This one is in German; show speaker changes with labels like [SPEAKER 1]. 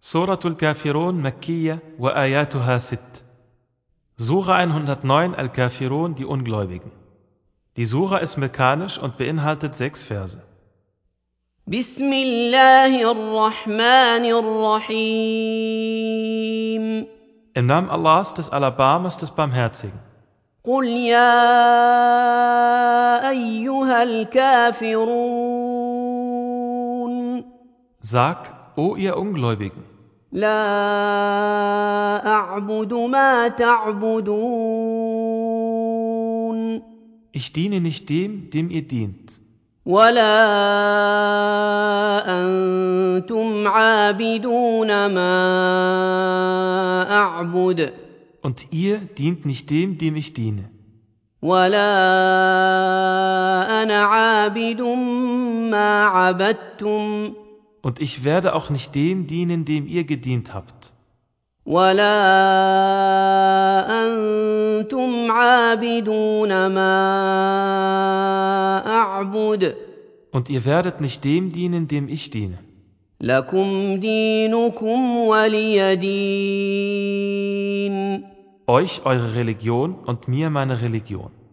[SPEAKER 1] Surah Al-Kafirun Makkiyah wa ayatuha sitt. Sura 109 Al-Kafirun, die Ungläubigen. Die Sura ist mekanisch und beinhaltet sechs Verse.
[SPEAKER 2] بسم الله الرحمن الرحيم
[SPEAKER 1] Im Namen Allahs des Alabamas des Barmherzigen.
[SPEAKER 2] قل يا ايها الكافرون
[SPEAKER 1] Sag, O ihr Ungläubigen,
[SPEAKER 2] لا اعبد ما تعبدون
[SPEAKER 1] ich diene nicht dem, dem ihr dient,
[SPEAKER 2] ولا انتم عابدون ما اعبد
[SPEAKER 1] und ihr dient nicht dem, dem ich diene,
[SPEAKER 2] ولا انا عابد ما عبدتم
[SPEAKER 1] und ich werde auch nicht dem dienen, dem ihr gedient habt,
[SPEAKER 2] ولا انتم عابدون ما اعبد
[SPEAKER 1] und ihr werdet nicht dem dienen, dem ich diene.
[SPEAKER 2] لكم دينكم ولي دين
[SPEAKER 1] Euch eure Religion und mir meine Religion.